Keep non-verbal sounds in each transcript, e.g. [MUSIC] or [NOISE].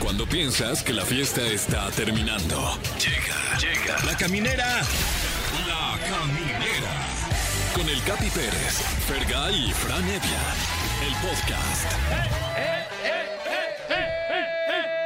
Cuando piensas que la fiesta está terminando. Llega, llega. La caminera. La caminera. Con el Capi Pérez, Fergal y Fran Evia. El podcast. Yeah. Oh.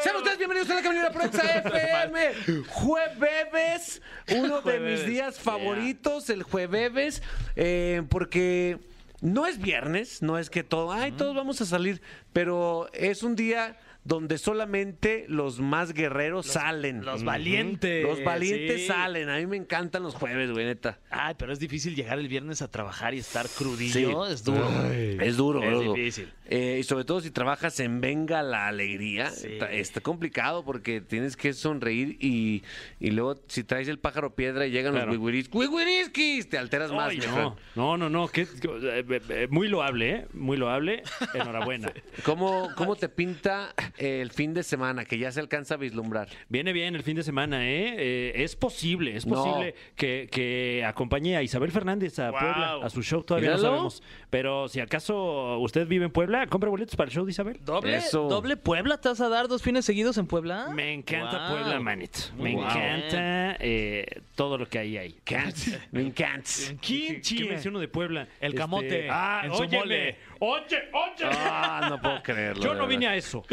Sean ustedes bienvenidos a la caminera por Exa [LAUGHS] FM. Jueves, uno de mis Jueves, días yeah. favoritos, el jueves, eh, porque no es viernes, no es que todo, ay, todos vamos a salir, pero es un día donde solamente los más guerreros salen. Los valientes. Los valientes sí. salen. A mí me encantan los jueves, güey, neta. Ay, pero es difícil llegar el viernes a trabajar y estar crudillo. ¿eh? Es duro. Es duro, Es bro. difícil. Eh, y sobre todo si trabajas en Venga la Alegría, Sí. está, está complicado porque tienes que sonreír y, y luego si traes el pájaro piedra y llegan Claro. los wiwiris, wiwiriskis, te alteras más. Ay, mi no. Fran. no, no, no, que- que- eh, eh, eh, muy loable, ¿eh? muy loable. Enhorabuena. ¿Cómo, ¿Cómo te pinta el fin de semana que ya se alcanza a vislumbrar? Viene bien el fin de semana, ¿eh? Eh, es posible, es No. posible que, que acompañe a Isabel Fernández a Guau. Puebla, a su show, todavía Míralo. no sabemos. Pero si acaso usted vive en Puebla, compre boletos para el show de Isabel. ¿Doble, Eso. ¿Doble Puebla? ¿Te vas a dar dos fines seguidos en Puebla? Me encanta Wow. Puebla, manito. Me Wow. encanta eh, todo lo que hay ahí. Cats, me encanta. ¿Quién ¿Qué me decía uno de Puebla? El camote, Ah, en su óyeme. mole. Oye, oye. Ah, no puedo creerlo. Yo de no vine verdad. a eso.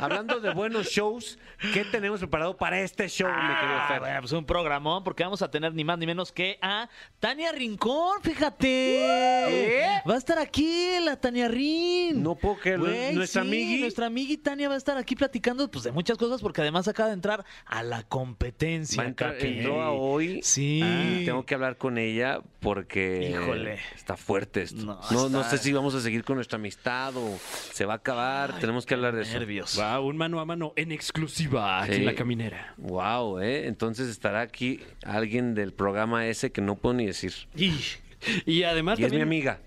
Hablando de buenos shows, ¿qué tenemos preparado para este show, mi querido Ah, Fer? bueno, pues un programón porque vamos a tener ni más ni menos que a Tania Rincón, fíjate. Va a estar aquí la Tania Rin. No puedo creerlo. Güey, Nuestra sí, amigui. Nuestra amigui Tania va a estar aquí platicando pues, de muchas cosas porque además acaba de entrar a la competencia. Va a entrar- Capi. entró a hoy. Sí. Y Ah, tengo que hablar con ella porque Híjole. está fuerte esto. No, No, no, está- sé si vamos a seguir con nuestra amistad o se va a acabar. Tenemos que hablar de eso. Nervios. Va, un mano a mano en exclusiva aquí Sí. en la caminera. Wow, ¿eh? Entonces estará aquí alguien del programa ese que no puedo ni decir. Y, y además Y es mi también, amiga.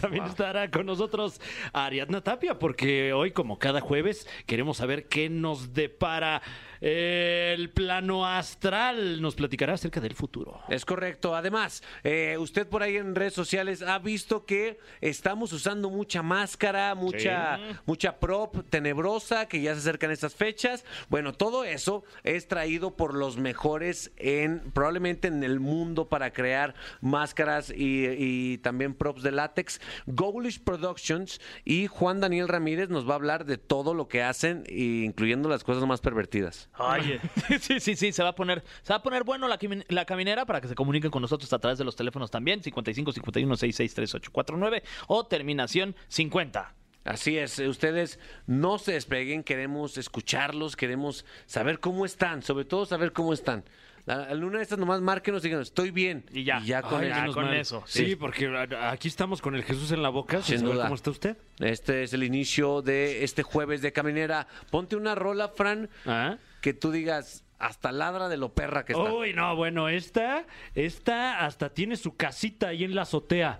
también estará con nosotros Ariadna Tapia, porque hoy, como cada jueves, queremos saber qué nos depara el plano astral. Nos platicará acerca del futuro. Es correcto. Además, eh, usted por ahí en redes sociales ha visto que estamos usando mucha máscara, mucha, mucha prop tenebrosa, que ya se acercan estas fechas. Bueno, todo eso es traído por los mejores en, probablemente en el mundo para crear máscaras y, y también props de látex. Goulish Productions y Juan Daniel Ramírez nos va a hablar de todo lo que hacen, e incluyendo las cosas más pervertidas. Oye, [LAUGHS] sí, sí, sí, se va a poner, se va a poner bueno la, camin- la caminera para que se comuniquen con nosotros a través de los teléfonos también, 55 51 66 3849 o terminación 50. Así es, eh, ustedes no se despeguen, queremos escucharlos, queremos saber cómo están, sobre todo saber cómo están. La, en una de estas nomás márquenos y digan, estoy bien. Y ya. con Ay, eso. menos con eso, Sí, sí. porque a- aquí estamos con el Jesús en la boca. Sin sin saber duda. ¿Cómo está usted? Este es el inicio de este jueves de Caminera. Ponte una rola, Fran, ¿Ah? que tú digas, hasta ladra de lo perra que está. Uy, no, bueno, esta, esta hasta tiene su casita ahí en la azotea.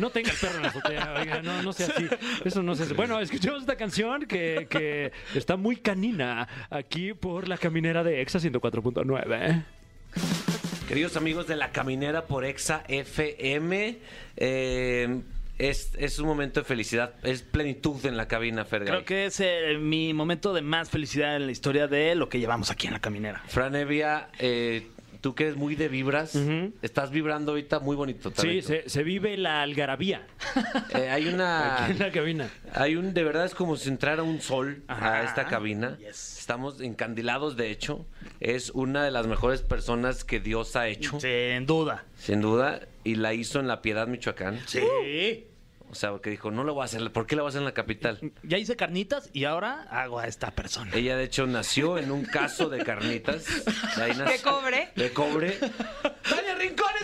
No tenga el perro en la [LAUGHS] azotea, oiga, no, no sea así. Eso no se hace. Bueno, escuchemos esta canción que, que está muy canina aquí por la caminera de Exa 104.9. Queridos amigos de La Caminera por Exa FM, eh, es, es un momento de felicidad, es plenitud en la cabina, Fergay. Creo que es eh, mi momento de más felicidad en la historia de lo que llevamos aquí en la caminera. Fran Evia, eh, tú que eres muy de vibras, estás vibrando ahorita muy bonito. Sí, también. se, se vive la algarabía hay una... aquí en la cabina. Hay un, de verdad es como si entrara un sol a Ajá. esta cabina. Yes. Estamos encandilados, de hecho. Es una de las mejores personas que Dios ha hecho, Sin duda. sin duda, y la hizo en la Piedad, Michoacán. Sí. O sea, porque dijo, no lo voy a hacer, ¿por qué la voy a hacer en la capital? Ya hice carnitas y ahora hago a esta persona. Ella, de hecho, nació en un caso de carnitas. De, ahí nació- cobre. De cobre. ¡Ah! ¡Tania Rincones!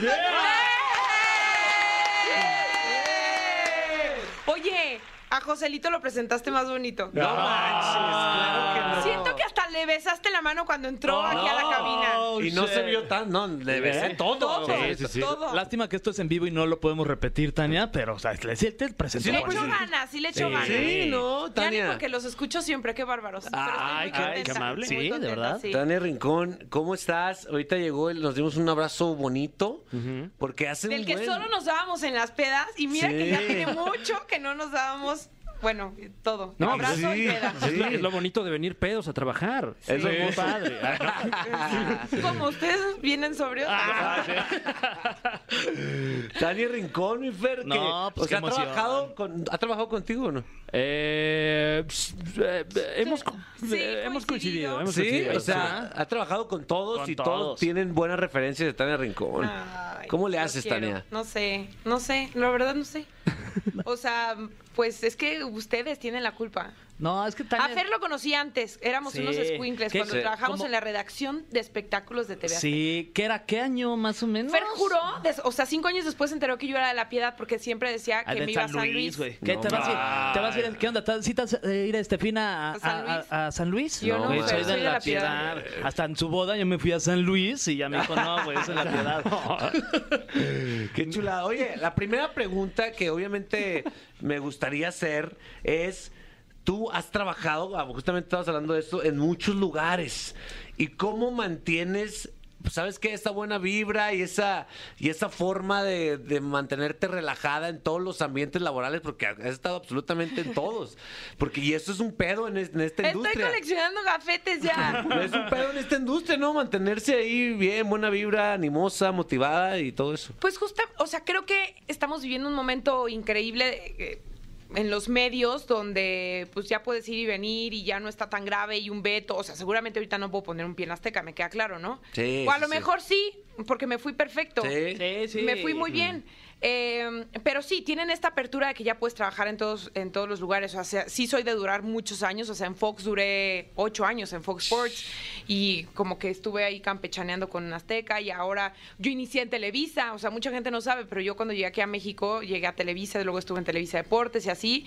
Oye, a Joselito lo presentaste más bonito. No manches, claro que no. Siento que hasta le besaste la mano cuando entró aquí a la cabina. Oh, Y no shit. se vio tan, no, le besé ¿Eh? todo. Todo, Sí, sí, sí. todo. Lástima que esto es en vivo y no lo podemos repetir, Tania, pero o sea, le sí, te presentó. Sí le bonito. echo ganas, sí le echo Sí. ganas. Sí, no, Ya ni Tania. porque los escucho siempre, qué bárbaros. Pero estoy muy Ay, qué- contenta, qué amable. muy Sí, de contenta, verdad. sí. Tania Rincón, ¿cómo estás? Ahorita llegó, el- nos dimos un abrazo bonito, porque hace Del un que buen- solo nos dábamos en las pedas y mira que ya Sí. tiene mucho que no nos dábamos, bueno, todo. No, Abrazo sí. y peda. Es, lo, es lo bonito de venir pedos a trabajar. Es lo muy justo. padre. Ah, Como ustedes vienen sobrios. Tania Rincón, mi Fer, que, No, pues, o sea, qué ha emoción. trabajado, con- ¿ha trabajado contigo o no? Eh, ps- eh, hemos, co- Sí, eh, hemos coincidido. coincidido. hemos Sí, coincidido, o sea, ha trabajado con todos Con y todos. todos. tienen buenas referencias de Tania Rincón. Ay, ¿Cómo le lo haces, quiero. Tania? No sé, no sé, la verdad [LAUGHS] no sé. O sea, pues es que ustedes tienen la culpa. No, es que Tania. A Fer lo conocí antes, éramos Sí. unos squinkles ¿Qué? cuando Sí. trabajamos ¿Cómo? en la redacción de espectáculos de TV. Azteca. Sí, ¿qué era? ¿Qué año más o menos? Fer juró, des- o sea, cinco años después se enteró que yo era de la piedad porque siempre decía Ah, que de me iba a San San Luis, Luis. güey. ¿Qué No te vas a ir? mames. ¿Te vas a ir? ¿Qué onda? ¿Te- ¿Sí te vas a ir a Estefina a, ¿A San Luis? a- a- a San Luis? Yo No, no, Güey, güey, soy soy de de la La piedad. Piedad. Hasta en su boda yo me fui a San Luis y ya me dijo, no, güey, es en la [LAUGHS] piedad. Qué chulada. Oye, la primera pregunta que obviamente me gustaría hacer es, tú has trabajado, ah, justamente estabas hablando de esto, en muchos lugares. ¿Y cómo mantienes, sabes qué, esa buena vibra y esa, y esa forma de, de mantenerte relajada en todos los ambientes laborales? Porque has estado absolutamente en todos. Porque, y eso es un pedo en, es- en esta Estoy industria. coleccionando gafetes [LAUGHS] ya. [LAUGHS] Es un pedo en esta industria, ¿no? Mantenerse ahí bien, buena vibra, animosa, motivada y todo eso. Pues justa, o sea, creo que estamos viviendo un momento increíble eh, en los medios donde pues ya puedes ir y venir y ya no está tan grave y un veto, o sea, seguramente ahorita no puedo poner un pie en Azteca, me queda claro, ¿no? Sí, O a sí, lo sí. mejor sí, porque me fui perfecto. Sí. Sí, sí. Me fui muy bien. Eh, pero sí, tienen esta apertura de que ya puedes trabajar en todos, en todos los lugares. O sea, sí soy de durar muchos años. O sea, en Fox duré ocho años, en Fox Sports. Y como que estuve ahí campechaneando con Azteca. Y ahora yo inicié en Televisa. O sea, mucha gente no sabe, pero yo cuando llegué aquí a México, llegué a Televisa, luego estuve en Televisa Deportes y así.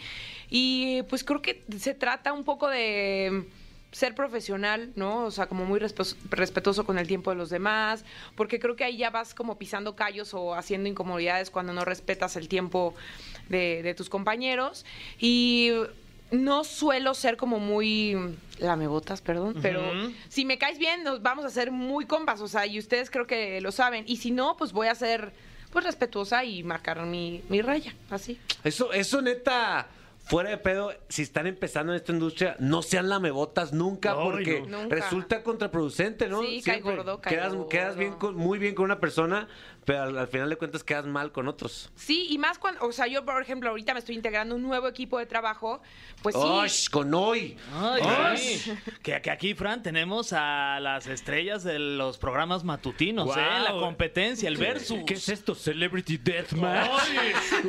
Y pues creo que se trata un poco de ser profesional, ¿no? O sea, como muy respe- respetuoso con el tiempo de los demás, porque creo que ahí ya vas como pisando callos o haciendo incomodidades cuando no respetas el tiempo de, de tus compañeros. Y no suelo ser como muy lamebotas, perdón, pero si me caes bien, nos vamos a ser muy compas, o sea, y ustedes creo que lo saben. Y si no, pues voy a ser pues respetuosa y marcar mi, mi raya, así. Eso, eso neta, fuera de pedo, si están empezando en esta industria, no sean lamebotas nunca, Ay, porque no. Nunca. resulta contraproducente, ¿no? Sí, cae gordo, cae quedas, gordo. quedas bien con- muy bien con una persona, pero al, al final de cuentas quedas mal con otros. Sí, y más cuando, o sea, yo por ejemplo ahorita me estoy integrando a un nuevo equipo de trabajo, pues sí. ¡Osh! Con hoy. Ay, Ay. sí. Que, que aquí, Fran, tenemos a las estrellas de los programas matutinos, Guau. ¿eh? La competencia, el versus. ¿Qué es esto? ¿Celebrity Deathmatch?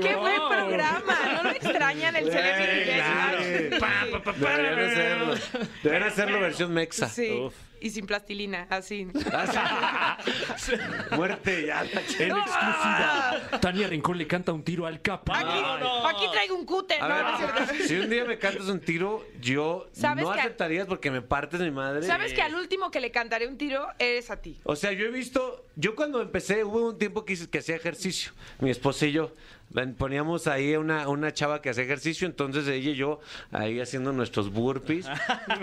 ¡Qué buen Wow. programa! No lo extrañan el Celebrity Deathmatch. Pa, pa, pa, pa, Deberían hacerlo. Deberían hacerlo versión mexa. Sí, Uf. y sin plastilina, así. [LAUGHS] Ah, Muerte ya. En exclusiva. Tania Rincón le canta un tiro al capa. Ah, Aquí, aquí traigo un cúter, A no, no es ver, [LAUGHS] cierto. si un día me cantas un tiro, yo ¿Sabes no que- aceptarías porque me partes mi madre. ¿Sabes que al último que le cantaré un tiro eres a ti? O sea, yo he visto, yo cuando empecé, hubo un tiempo que, hice- que hacía ejercicio, mi esposa y yo. Ven, Poníamos ahí a una, una chava que hacía ejercicio, entonces ella y yo ahí haciendo nuestros burpees.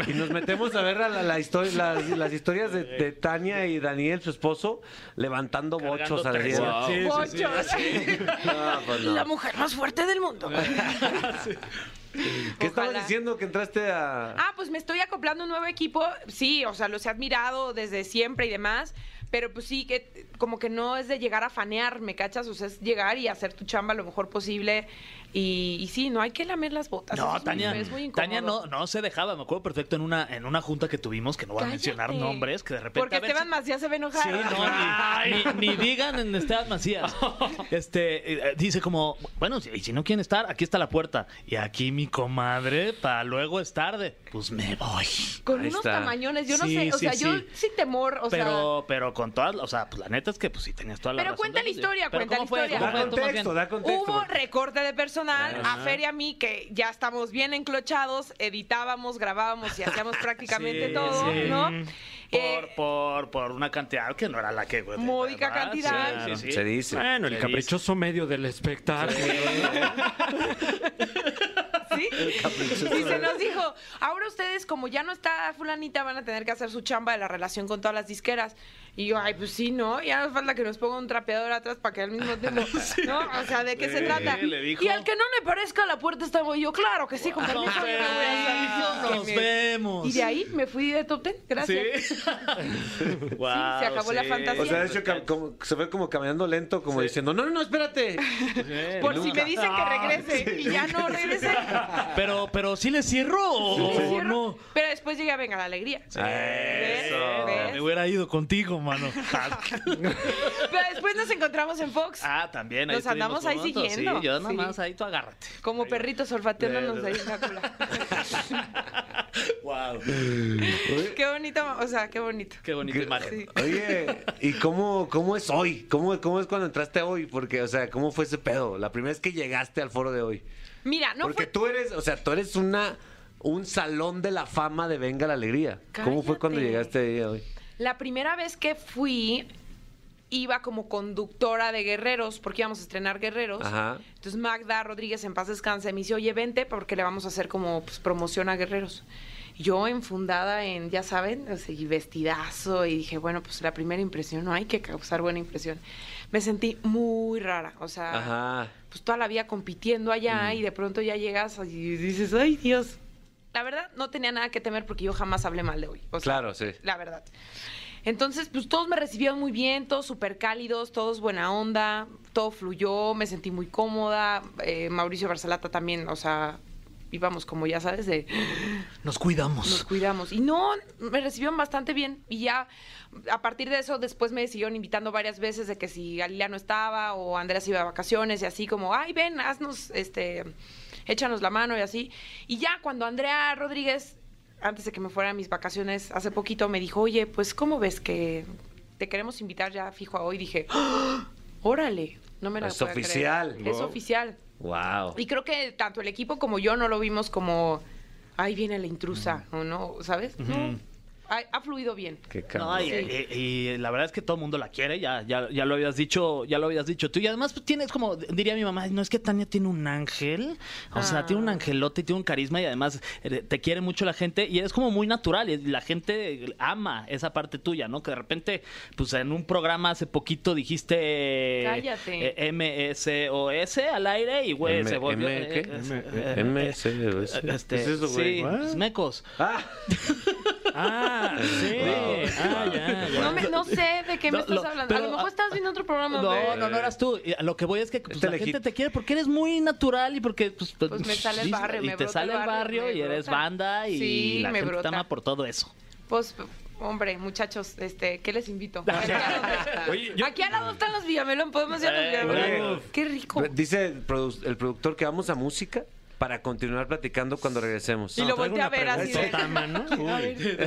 y nos metemos a ver a la, la histo- las, las historias de, de Tania y Daniel, su esposo, levantando Cargando bochos al tres. día. Wow. Sí, Bochos. No, pues no. La mujer más fuerte del mundo. [LAUGHS] ¿Qué estabas Ojalá. diciendo que entraste a...? Ah, pues me estoy acoplando a un nuevo equipo. Sí, o sea, los he admirado desde siempre y demás. Pero pues sí, que como que no es de llegar a fanear, ¿me cachas? O sea, es llegar y hacer tu chamba lo mejor posible. Y, y sí, no hay que lamer las botas. Eso No, es Tania, muy- es muy incómodo. Tania no, no se dejaba, me acuerdo perfecto en una, en una junta que tuvimos, que no voy a mencionar Cállate. nombres, que de repente... Porque a ver, Esteban Macías se va a enojar. Sí, no, ni- ni, ni digan en Esteban [LAUGHS] Macías. Este, eh, dice como, bueno, si- y si no quieren estar, aquí está la puerta. Y aquí mi comadre, para luego es tarde. Pues me voy. Con Ahí unos está. tamañones, yo no Sí, sé, o sí, sea, yo sí. sin temor, o sea, pero, pero con todas, o sea, pues la neta es que pues sí tenías toda la Pero razón cuenta del la mundo. historia, Pero cuenta ¿cómo la fue? historia. ¿Cómo Da fue? Entonces, más contexto, bien- da contexto. Hubo porque- recorte de personal Ajá. a Fer y a mí, que ya estamos bien enclochados, editábamos, grabábamos [LAUGHS] y hacíamos prácticamente Sí, todo, sí. ¿no? Eh, por, por, por una cantidad que no era la que... pues, güey, Módica ¿verdad? cantidad. Sí, sí, sí. Se dice. Bueno, el Se caprichoso medio del espectáculo. ¿ah, ¿sí? Y se nos dijo, ahora ustedes, como ya no está fulanita, van a tener que hacer su chamba de la relación con todas las disqueras. Y yo, ay, pues sí, ¿no? Ya nos falta que nos ponga un trapeador atrás para que al mismo [LAUGHS] tiempo, ¿no? O sea, ¿de qué se Sí, trata? le dijo. Y al que no le parezca la puerta estaba yo, claro que sí, con Nos permiso. yo no voy a vemos, hacer nos que me- vemos. Y de ahí me fui de top ten, gracias. [LAUGHS] Sí. se acabó la fantasía. O sea, de hecho, cam- como- se fue como caminando lento, como diciendo, no, no, no, espérate. Por si Nunca. me dicen que regrese y ya no regrese. Pero, pero sí le cierro o, o cierro. no. Pero después llega Venga la Alegría. ¿Ves? Eso. ¿Ves? Me hubiera ido contigo, mano. Pero después nos encontramos en Fox. Ah, también. Nos andamos estuvimos ahí juntos, siguiendo, Sí, yo nada sí. más, ahí tú agárrate. Como perritos olfateándonos Bueno. ahí en la [LAUGHS] cola. Wow, qué bonito, o sea, qué bonito. qué bonita imagen. Sí. Oye, ¿y cómo, cómo es hoy? ¿Cómo, ¿Cómo es cuando entraste hoy? Porque, o sea, ¿cómo fue ese pedo? La primera vez que llegaste al foro de hoy. Mira, no Porque fue. tú eres, o sea, tú eres una un salón de la fama de Venga la Alegría. ¿Cómo fue cuando Cállate. llegaste ahí hoy? La primera vez que fui, iba como conductora de Guerreros, porque íbamos a estrenar Guerreros. Ajá. Entonces Magda Rodríguez, en paz descanse, me dice, oye, vente porque le vamos a hacer como pues, promoción a Guerreros. Yo enfundada en, ya saben, o sea, y vestidazo, y dije, bueno, pues la primera impresión, no hay que causar buena impresión. Me sentí muy rara, o sea, Ajá. Mm. pues toda la vida compitiendo allá y de pronto ya llegas y dices, ay Dios. La verdad, no tenía nada que temer porque yo jamás hablé mal de hoy. O sea, Claro, sí. La verdad. Entonces, pues todos me recibieron muy bien, todos súper cálidos, todos buena onda, todo fluyó, me sentí muy cómoda. Eh, Mauricio Barcelata también, o sea, íbamos como ya sabes, de Nos cuidamos. nos cuidamos. Y no, me recibieron bastante bien. Y ya, a partir de eso, después me siguieron invitando varias veces de que si Galilea no estaba o Andrea se iba a vacaciones y así como, ay, ven, haznos, este, échanos la mano y así. Y ya cuando Andrea Rodríguez, antes de que me fuera a mis vacaciones hace poquito, me dijo, oye, pues, ¿cómo ves que te queremos invitar ya fijo a hoy? Dije, "¡Ah! órale, no me la Es podía creer. oficial. Es Wow. oficial. Wow. Y creo que tanto el equipo como yo no lo vimos como, ahí viene la intrusa, ¿o no? ¿Sabes? No. Ha, ha fluido bien. Qué No, cabrón. y, y- y la verdad es que todo el mundo la quiere, ya, ya, ya lo habías dicho, ya lo habías dicho tú. Y además pues, tienes como, diría mi mamá, no es que Tania tiene un ángel, o sea, Ah. tiene un angelote y tiene un carisma y además eh, te quiere mucho la gente y eres como muy natural y la gente ama esa parte tuya, ¿no? Que de repente, pues en un programa hace poquito dijiste eh, Cállate. eh, MSOS al aire y güey, M- se volvió... M- ¿qué? eh, eh, M- eh, S- S- este, ¿Es eso, güey? sí, pues, mecos. Ah, Ah, [LAUGHS] sí. Wow. Ah, ya, ya. No, me- no sé de qué me No, estás lo- hablando. a pero- lo mejor ah, estás viendo otro programa. No, güey. no, no eras tú. Y a Lo que voy es que pues, Este la gente elegí. te quiere porque eres muy natural y porque pues, Pues me sale el y- barrio, y me te brota sale el el barrio, barrio me y eres brota. banda y Sí, la me gente te brota. ama por todo eso. Pues, hombre, muchachos, este, ¿qué les invito? Aquí a la- [LAUGHS] Oye, yo- Aquí al lado están los Villamelón, podemos ir a los Eh, Villamelón. bravo. Qué rico. dice el, produ- el productor que vamos a música para continuar platicando cuando regresemos. [LAUGHS] Y lo Traigo volteé a una ver así de- preguntota, mano. [LAUGHS] Uy.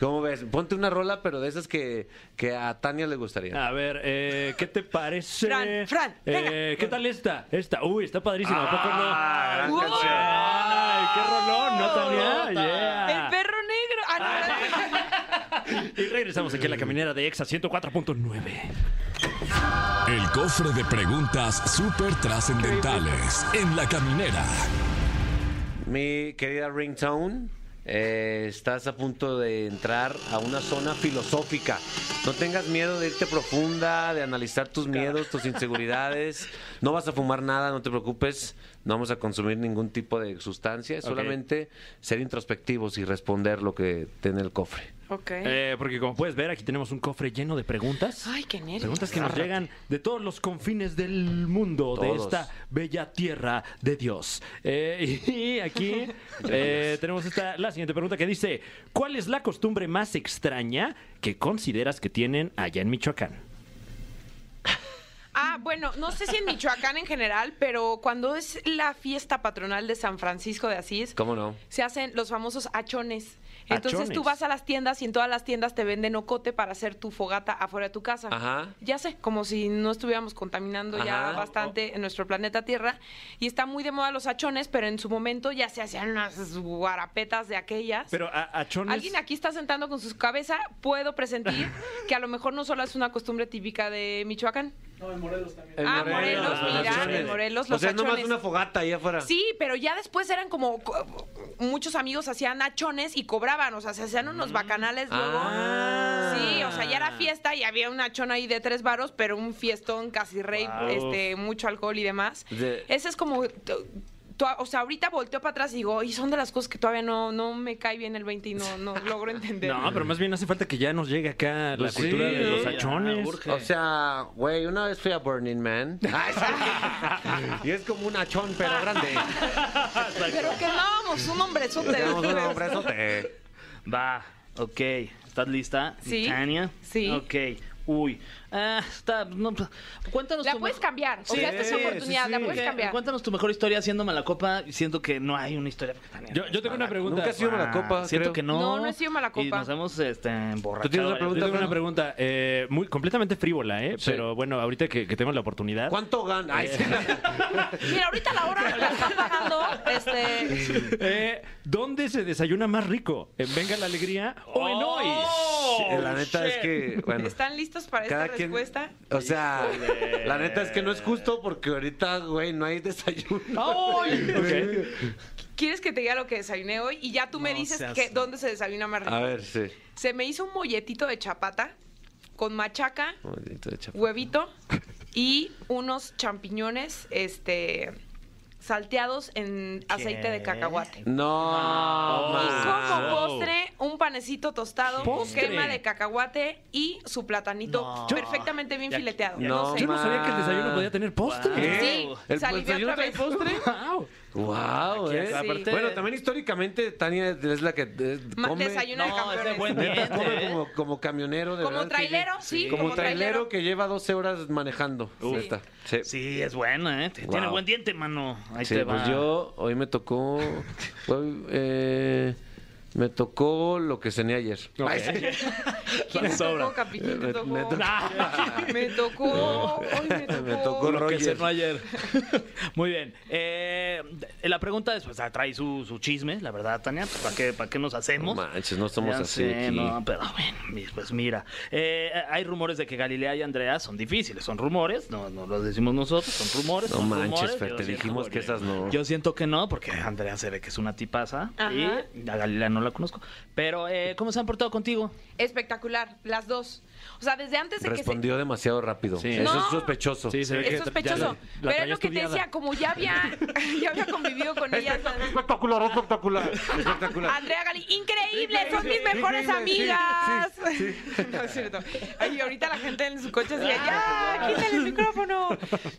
¿Cómo ves? Ponte una rola, pero de esas que, que a Tania le gustaría. A ver, eh, ¿qué te parece? Fran, Fran, Eh, ¿Qué tal esta? Esta. Uy, está padrísima. ¿a poco no? Ah, gran Wow. canción. Ay, qué rolón, ¿no, Tania? El Yeah. perro negro. Ah, no, no. Y regresamos aquí a la caminera de Exa 104.9. El cofre de preguntas súper trascendentales en la caminera. Mi querida Ringtone, eh, estás a punto de entrar a una zona filosófica. No tengas miedo de irte profunda, de analizar tus miedos, tus inseguridades. No vas a fumar nada, no te preocupes. No vamos a consumir ningún tipo de sustancia. Es Solamente ser introspectivos y responder lo que tiene el cofre. Ok. Eh, porque como puedes ver, aquí tenemos un cofre lleno de preguntas. Ay, qué nervios. Preguntas que nos llegan de todos los confines del mundo, de Todos. esta bella tierra de Dios. Eh, [LAUGHS] y aquí eh, tenemos esta, la siguiente pregunta que dice, ¿cuál es la costumbre más extraña que consideras que tienen allá en Michoacán? Ah, bueno, no sé si en Michoacán en general, pero cuando es la fiesta patronal de San Francisco de Asís, ¿Cómo no? se hacen los famosos achones. Entonces Achones. tú vas a las tiendas y en todas las tiendas te venden ocote para hacer tu fogata afuera de tu casa. Ajá. Ya sé, como si no estuviéramos contaminando ya Ajá. bastante en nuestro planeta Tierra. Y está muy de moda los achones, pero en su momento ya se hacían unas guarapetas de aquellas. Pero a, achones. Alguien aquí está sentando con su cabeza, puedo [LAUGHS] presentir que a lo mejor no solo es una costumbre típica de Michoacán. En Ah, Morelos, los mira, achones. en Morelos, O los sea, es nomás achones. una fogata ahí afuera. Sí, pero ya después eran como co- muchos amigos hacían achones y cobraban, o sea, se hacían unos bacanales luego. Mm. Ah. Sí, o sea, ya era fiesta y había un achón ahí de tres varos, pero un fiestón casi rey, este, mucho alcohol y demás. De- Ese es como to- to- o sea, ahorita volteo para atrás y digo, y son de las cosas que todavía no, no me cae bien el 20 y [LAUGHS] no, no logro entender. No, pero más bien hace falta que ya nos llegue acá la Pues sí, cultura de los ¿no? achones. Ah, urge. O sea, güey, una vez fui a Burning Man. [LAUGHS] y es como un achón, pero grande. Pero que no, pues, [LAUGHS] un hombrezote. Tenemos pues, un hombrezote. Va, ok. ¿Estás lista? Sí. Tania. Sí. Ok. Uy. Ah, está. no, pues, cuéntanos La tu puedes mejo- cambiar, o sea, esta es tu oportunidad, la puedes Ok, cambiar. Cuéntanos tu mejor historia haciéndome la copa. Siento que no hay una historia. porque, Tania, Yo, no yo es tengo mala- una pregunta. Nunca ha sido mala copa, Ah, Siento creo. que no. No, no he sido mala Y copa. nos hemos este, emborrachado. ¿Tú tienes una varias Yo pregunta? tengo una pregunta eh, muy completamente frívola, ¿eh? Sí. Pero bueno, ahorita que, que tenemos la oportunidad. ¿Cuánto gana? Ay, sí. [LAUGHS] Mira, ahorita la hora la está pagando, [LAUGHS] este, Eh, ¿Dónde se desayuna más rico? ¿En Venga la Alegría o en hoy? Oh, la neta es que, bueno. ¿Están listos para esta Cada quien- respuesta? O sea, la neta es que no es justo porque ahorita, güey, no hay desayuno. [LAUGHS] ¡Ay! Ok. ¿Quieres que te diga lo que desayuné hoy? Y ya tú me No dices seas- que, dónde se desayuna más rico. A ver, sí. Se me hizo un molletito de chapata con machaca, Maldito de chapa. huevito y unos champiñones este, salteados en aceite de cacahuate. No, Y como ma. postre, un panecito tostado con ¿Postre? crema de cacahuate y su platanito No. perfectamente bien Ya- fileteado. ya- No, Yo no sabía que el desayuno ma. podía tener postre. ¿Qué? Sí, ¿El salivé desayuno otra trae vez. postre? Wow. Wow, Aquí, eh. aparte- Bueno, también históricamente Tania es la que eh, Ma- come. desayuno de No, es de campeones. buen Neta, diente, come ¿eh? como, como camionero de Como verdad que trailero, lle- sí, Como, como trailero, trailero. que lleva 12 horas manejando. Sí. Neta, Sí. Sí, es buena, ¿eh? Te- Wow. Tiene buen diente, mano. Ahí Sí, te va. pues yo hoy me tocó. hoy, eh, me tocó lo que cené ayer. Ay, sí. ¿Quién te tocó, Capitín? Te Me- me tocó. tocó- [LAUGHS] Me tocó. Ay, me [LAUGHS] tocó. Me tocó Lo que Roger. cenó ayer. [LAUGHS] Muy bien. Eh, la pregunta es, pues, trae su, su chisme, la verdad, Tania. pues, ¿Para qué, para qué nos No hacemos? manches, no somos Ya así. sé, aquí. no, pero bueno, mi- pues mira, eh, hay rumores de que Galilea y Andrea son difíciles, son rumores, no, no los decimos nosotros, son rumores. No son manches, rumores, Fer, yo te siento- dijimos que esas no. Yo siento que no, porque Andrea se ve que es una tipaza Ajá. y a Galilea no la conozco. Pero, eh, ¿cómo se han portado contigo? Espectacular, las dos. O sea, desde antes de Respondió demasiado rápido. Sí. Eso No. es sospechoso. Sí, que se se. ve que Es sospechoso. ya la- la Pero es traía lo que estudiada. te decía, como ya había, ya había convivido con ellas. Espectacular, espectacular. [LAUGHS] Espectacular. Andrea Gali, increíble, son mis mejores Increíble, amigas. [LAUGHS] No es cierto. Ay, y ahorita la gente en su coche así, ya, quítale el micrófono.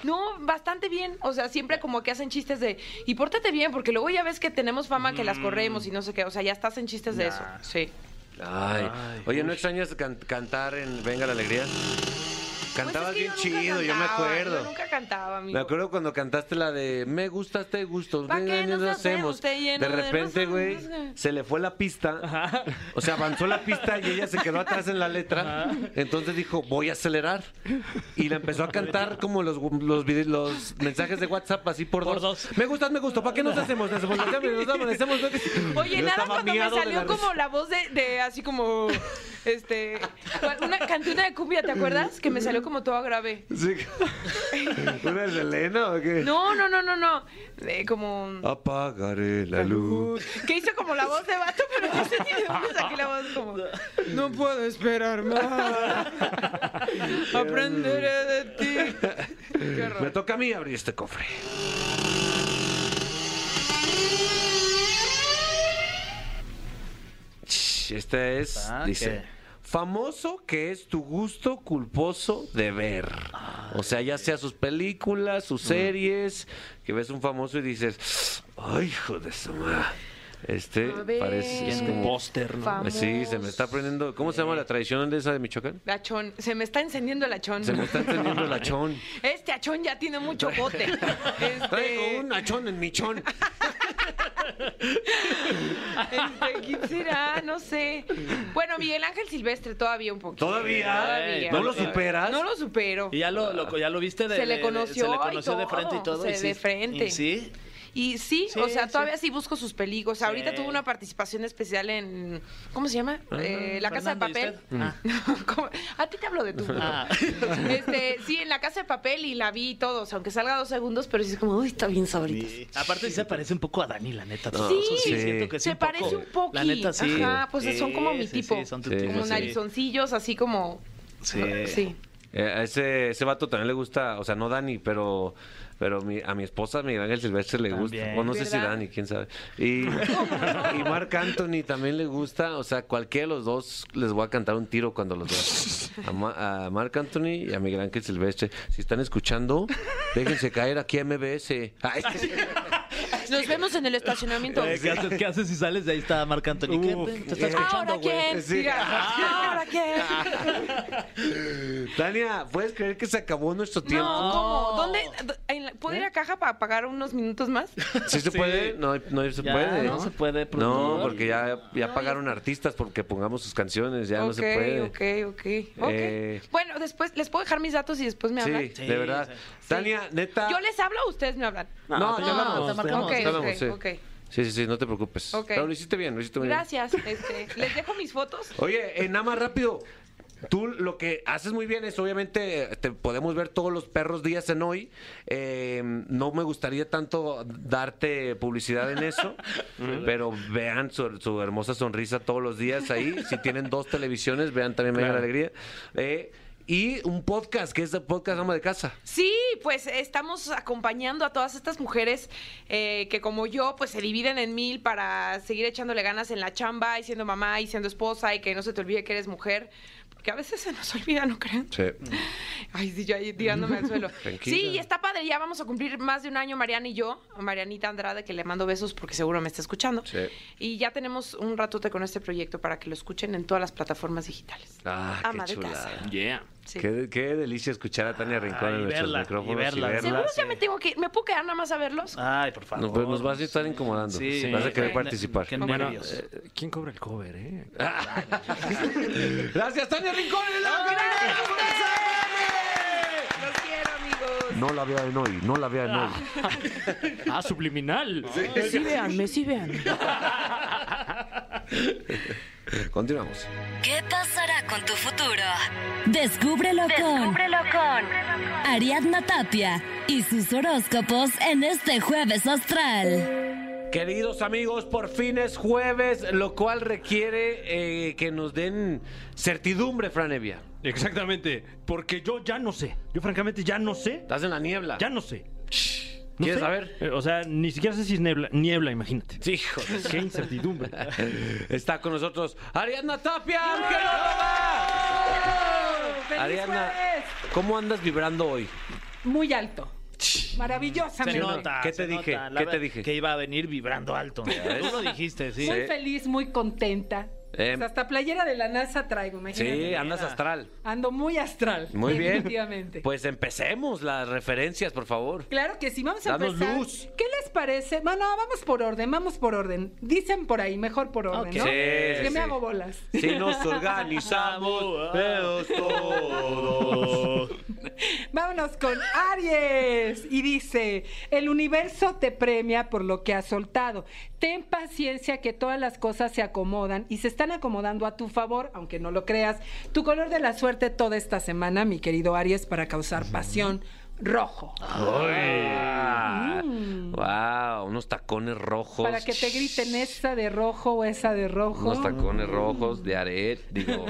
No, bastante bien. O sea, siempre como que hacen chistes de, y pórtate bien, porque luego ya ves que tenemos fama que las corremos y no sé qué. O sea, ya estás en chistes de eso. Sí. Ay. Oye, ¿no extrañas can- cantar en Venga la Alegría? Cantabas Pues es bien que yo nunca chido, yo me cantaba, acuerdo. Yo nunca cantaba, amigo. Me acuerdo cuando cantaste la de Me gusta este gusto, ¿Pa' qué venga, nos lo hacemos té lleno De de repente, rosas? güey, se le fue la pista. O sea, avanzó la pista y ella se quedó atrás en la letra. Entonces dijo, voy a acelerar. Y la empezó a cantar como los, los, vide- los mensajes de WhatsApp así por, Por dos. dos. Me gustas, me gustó. ¿Para qué nos hacemos? Nos hacemos, nos hacemos, nos amanecemos, ¿no? Oye, Yo nada estaba cuando me miado de salió risa. como la voz de, de así como este ¿cuál? una cantina de cumbia, ¿te acuerdas? Que me salió como toda grave. Sí. [LAUGHS] ¿Una de Selena o qué? No, no, no, no, no. Eh, como Apagaré la luz. que hizo como la voz de vato, pero no sé ni de dónde saqué la voz como No puedo esperar más. Aprenderé de ti. Qué Me horror. toca a mí abrir este cofre. Ch, Esta este es, Ah, dice, ¿qué? famoso que es tu gusto culposo de ver. O sea, ya sea sus películas, sus Mm. series, que ves un famoso y dices, ay, hijo de su madre. Este A ver. parece es como... póster, ¿no? Famoso. Sí, se me está prendiendo... ¿Cómo se llama la tradición de esa de Michoacán? Lachón, se me está encendiendo el achón. Se me está encendiendo el achón. [LAUGHS] Este achón ya tiene mucho bote. Este- Traigo un achón en michón. Este, ¿Quién será? No sé. Bueno, Miguel Ángel Silvestre todavía un poquito. ¿Todavía? Todavía. ¿No lo superas? No lo supero. Y ya lo, lo- ya lo viste de Se le de- de- conoció se le y conoció de todo, frente y todo. se- y sí. de frente. Y sí. Y sí, Sí, o sea, sí. todavía sí busco sus peligros. Ahorita Sí. Ah, tuvo una participación especial en. ¿Cómo se llama? Eh, la Casa de Fernando, ¿y Papel. Mm. [LAUGHS] usted? Ah. ¿Cómo? A ti te hablo de tu. Ah. Este, sí, en la Casa de Papel y la vi todos, aunque salga dos segundos, pero sí es como, uy, está bien sabrita. Sí. Aparte sí se parece un poco a Dani, la neta. todo Sí, eso Ah, sí. siento que sí se parece un poco. La neta sí. Ajá, pues Sí, son como mi sí, tipo. Sí, son tu Sí. tipo, como sí. narizoncillos, así como. Sí. sí. Eh, a ese, ese vato también le gusta, o sea, no Dani, pero, pero mi- a mi esposa Miguel Ángel Silvestre le También. gusta. O no sé si ¿Verdad? Dani, quién sabe. Y, y Marc Anthony también le gusta, o sea, cualquiera de los dos les voy a cantar un tiro cuando los vea. A, Ma- a Marc Anthony y a Miguel Ángel Silvestre. Si están escuchando, déjense caer aquí a MBS. Ay, Nos vemos en el estacionamiento. Eh, ¿Qué, haces, ¿Qué haces si sales de ahí? Está Marc Anthony. ¿Qué Uf, te- te está eh. ¿Ahora escuchando, güey? Ah. quién? Sí. Diga, ¿Ahora quién? Tania, ¿puedes creer que se acabó nuestro tiempo? ¿Eh? No, ¿cómo? ¿Dónde? en la- ¿Puedo ir a caja para pagar unos minutos más? ¿Sí se Sí. puede? No, no se Ya, puede. no se puede, No, productor. porque ya, ya pagaron artistas porque pongamos sus canciones, ya no se puede. ok, ok, ok. Eh. Bueno, después les puedo dejar mis datos y después me hablan. Sí, Sí, de verdad. sí. Tania, neta. Yo les hablo o ustedes me hablan. No, No, te hablamos. no, te te marcamos, hablamos, te te hablamos, marcamos. sí. Ok, ok. Sí, sí, sí, no te preocupes. Ok. Pero lo hiciste bien, lo hiciste muy bien. Gracias. Este, les dejo mis fotos. Oye, eh, nada más rápido. Tú lo que haces muy bien es, obviamente, eh, te podemos ver todos los perros días en hoy. Eh, no me gustaría tanto darte publicidad en eso, pero vean su, su hermosa sonrisa todos los días ahí. Si tienen dos televisiones, vean también Mega la Alegría. Eh, y un podcast, que es el podcast Ama de Casa. Sí, pues estamos acompañando a todas estas mujeres eh, que como yo, pues se dividen en mil para seguir echándole ganas en la chamba y siendo mamá y siendo esposa y que no se te olvide que eres mujer. Porque a veces se nos olvida, ¿no creen? Sí. Ay, sí, yo ahí tirándome al suelo. [LAUGHS] Tranquila. Sí, y está padre, ya vamos a cumplir más de un año Mariana y yo, Marianita Andrade, que le mando besos porque seguro me está escuchando. Sí. Y ya tenemos un ratote con este proyecto para que lo escuchen en todas las plataformas digitales. Ah, Ama qué de chulada. casa. Yeah. Sí. Qué, qué delicia escuchar a Tania Rincón y en nuestros verla, y micrófonos. verla. Y verla. Seguro sí. ya me tengo que ir. ¿Me puedo quedar nada más a verlos? Ay, por favor. No, pero nos vas a estar incomodando. Sí. Vas a querer Ok. participar. Qué Bueno, nervios. eh, ¿quién cobra el cover, eh? Gracias, Tania Rincón. en la Gracias Ocarina. a ustedes. Los quiero, amigos. No la vea en hoy, no la vea en hoy. Ah, subliminal. [LAUGHS] Sí, véanme, sí, véanme. Continuamos. ¿Qué pasará con tu futuro? Descúbrelo, con, Ariadna Tapia y sus horóscopos en este jueves astral. Queridos amigos, por fin es jueves, lo cual requiere eh, que nos den certidumbre, Franevia. Exactamente, porque yo ya no sé. Yo francamente ya no sé. Estás en la niebla. Ya no sé. No ¿Quieres sé. saber? Eh, O sea, ni siquiera sé si es niebla, niebla imagínate. Sí, hijo. Qué incertidumbre. [LAUGHS] Está con nosotros Ariadna Tapia, Ángel ¡Feliz Ariadna, jueves! ¿cómo andas vibrando hoy? Muy alto. Se Maravillosamente. nota. ¿Qué te se dije? nota. La ¿Qué te verdad dije? Que iba a venir vibrando alto. Tú lo dijiste, sí. Muy feliz, muy contenta. Eh, Pues hasta playera de la NASA traigo, imagínate. Sí, andas astral. Ando muy astral. Muy bien. Definitivamente. Pues empecemos las referencias, por favor. Claro que sí, vamos a Danos empezar. luz. ¿Qué les parece? Bueno, vamos por orden, vamos por orden. Dicen por ahí, mejor por orden, Ok. ¿no? Sí, Es que sí, sí. me hago bolas. Si nos [LAUGHS] organizamos, vemos todos. Vámonos con Aries. Y dice, el universo te premia por lo que has soltado. Ten paciencia que todas las cosas se acomodan y se están acomodando a tu favor, aunque no lo creas. Tu color de la suerte toda esta semana, mi querido Aries, para causar pasión. Rojo. Wow, unos tacones rojos. Mm. Para que te griten esa de rojo o esa de rojo. Unos tacones rojos de aret, digo.